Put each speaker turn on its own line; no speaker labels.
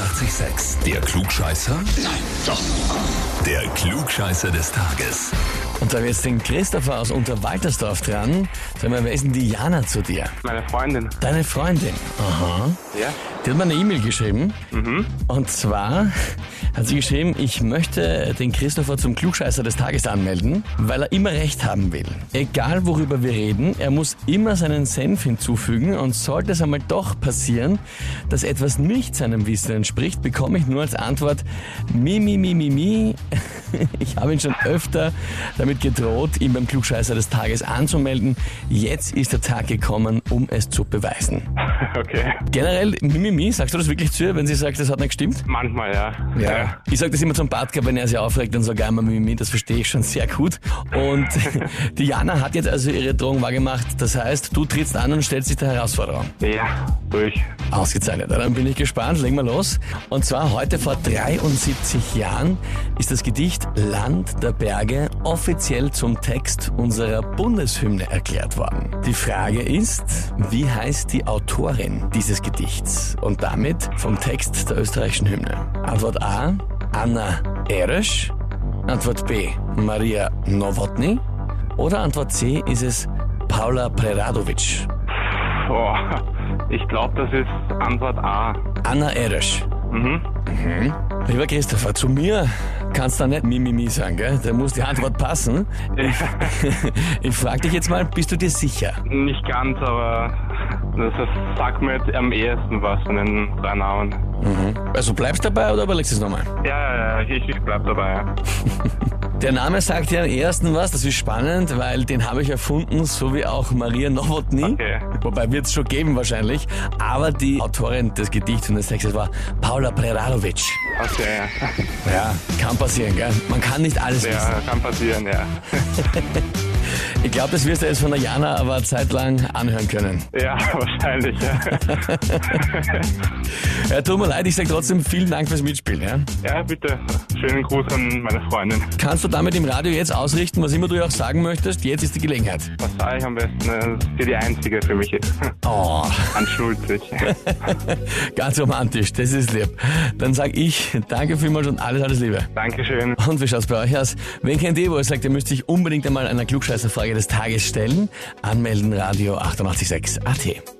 886, der Klugscheißer? Nein, doch. Der Klugscheißer des Tages.
Und da haben wir jetzt den Christopher aus Unterwaltersdorf dran. Sag mal, wer ist denn die Jana zu dir?
Meine Freundin,
Deine Freundin. Aha.
ja?
Die hat mir eine E-Mail geschrieben. Und zwar hat sie geschrieben, ich möchte den Christopher zum Klugscheißer des Tages anmelden, weil er immer recht haben will. Egal worüber wir reden, er muss immer seinen Senf hinzufügen und sollte es einmal doch passieren, dass etwas nicht seinem Wissen entspricht, bekomme ich nur als Antwort mi, mi, mi, mi, mi. Ich habe ihn schon öfter damit gedroht, ihn beim Klugscheißer des Tages anzumelden. Jetzt ist der Tag gekommen, um es zu beweisen.
Okay.
Generell, Mimimi, sagst du das wirklich zu ihr, wenn sie sagt, das hat nicht gestimmt?
Manchmal, ja.
Ich sage das immer zum Bartka, wenn er sich aufregt, dann sage ich einmal Mimimi, das verstehe ich schon sehr gut. Und die Jana hat jetzt also ihre Drohung wahrgemacht. Das heißt, du trittst an und stellst dich der Herausforderung.
Ja, Äh, ja durch.
Ausgezeichnet. Dann bin ich gespannt, legen wir los. Und zwar heute vor 73 Jahren ist das Gedicht Land der Berge offiziell zum Text unserer Bundeshymne erklärt worden. Die Frage ist, wie heißt die Autorin dieses Gedichts und damit vom Text der österreichischen Hymne? Antwort A, Anna Eresch. Antwort B, Maria Nowotny. Oder Antwort C ist es Paula Preradovic.
Boah. Ich glaube, das ist Antwort A.
Anna Eresch.
Mhm.
Lieber Christopher, zu mir kannst du nicht Mimimi sagen, gell? Da muss die Antwort passen. Ich frage dich jetzt mal, bist du dir sicher?
Nicht ganz, aber das ist, sagt mir jetzt am ehesten was von den drei Namen.
Also bleibst dabei oder überlegst du es nochmal?
Ja, ja, ja, ich, ich bleib dabei. Ja.
Der Name sagt ja am ersten was, das ist spannend, weil den habe ich erfunden, so wie auch Maria Nowotny.
Okay.
Wobei wird es schon geben wahrscheinlich. Aber die Autorin des Gedichts und des Textes war Paula Preradovic.
Okay,
Ja, kann passieren, gell? Man kann nicht alles
ja.
wissen.
ja, kann passieren, ja.
Ich glaube, das wirst du jetzt von der Jana aber zeitlang anhören können.
Ja, wahrscheinlich, ja.
Ja, tut mir leid, ich sage trotzdem vielen Dank fürs Mitspielen. Ja?
Ja, bitte. Schönen Gruß an meine Freundin.
Kannst du damit im Radio jetzt ausrichten, was immer du ihr auch sagen möchtest? Jetzt ist die Gelegenheit.
Was sage ich am besten? Das ist die einzige für mich jetzt.
Oh,
An Schulzig.
ganz romantisch, das ist lieb. Dann sag ich danke vielmals und alles, alles Liebe.
Dankeschön.
Und wie schaut's bei euch aus? Wen kennt ihr, wo ihr sagt, ihr müsst euch unbedingt einmal einer Klugscheißerfrage des Tages stellen? Anmelden, Radio 886 AT.